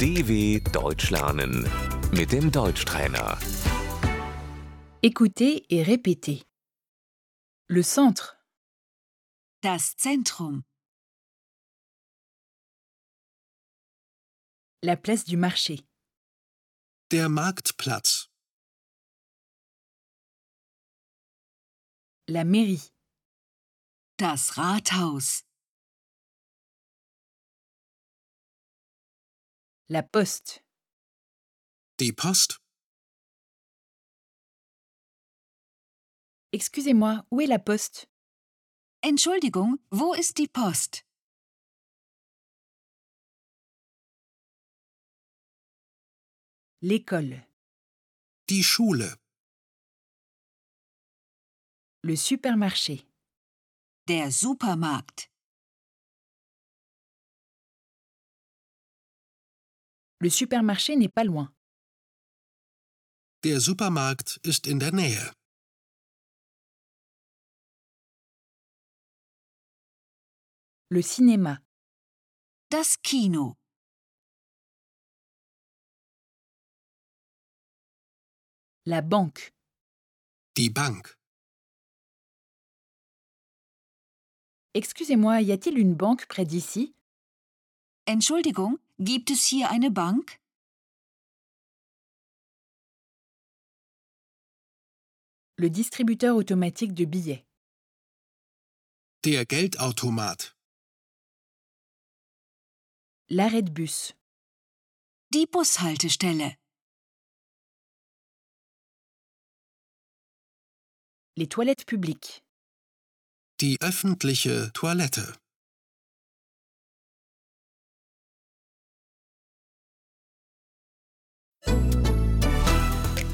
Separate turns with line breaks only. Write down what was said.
DW Deutsch lernen mit dem Deutschtrainer.
Écoutez et répétez. Le centre,
Das Zentrum,
la place du marché,
Der Marktplatz,
la mairie,
das Rathaus,
la poste,
die Post,
excusez-moi, où est la poste
Entschuldigung, wo ist die Post?
L'école,
die Schule,
le supermarché,
Der Supermarkt,
le supermarché n'est pas loin,
der Supermarkt ist in der Nähe,
le cinéma,
das Kino,
la banque,
die Bank,
excusez-moi, y a-t-il une banque près d'ici
Entschuldigung, gibt es hier eine Bank?
Le distributeur automatique de billets,
der Geldautomat,
l'arrêt de bus,
Die Bushaltestelle,
les toilettes publiques,
die öffentliche Toilette,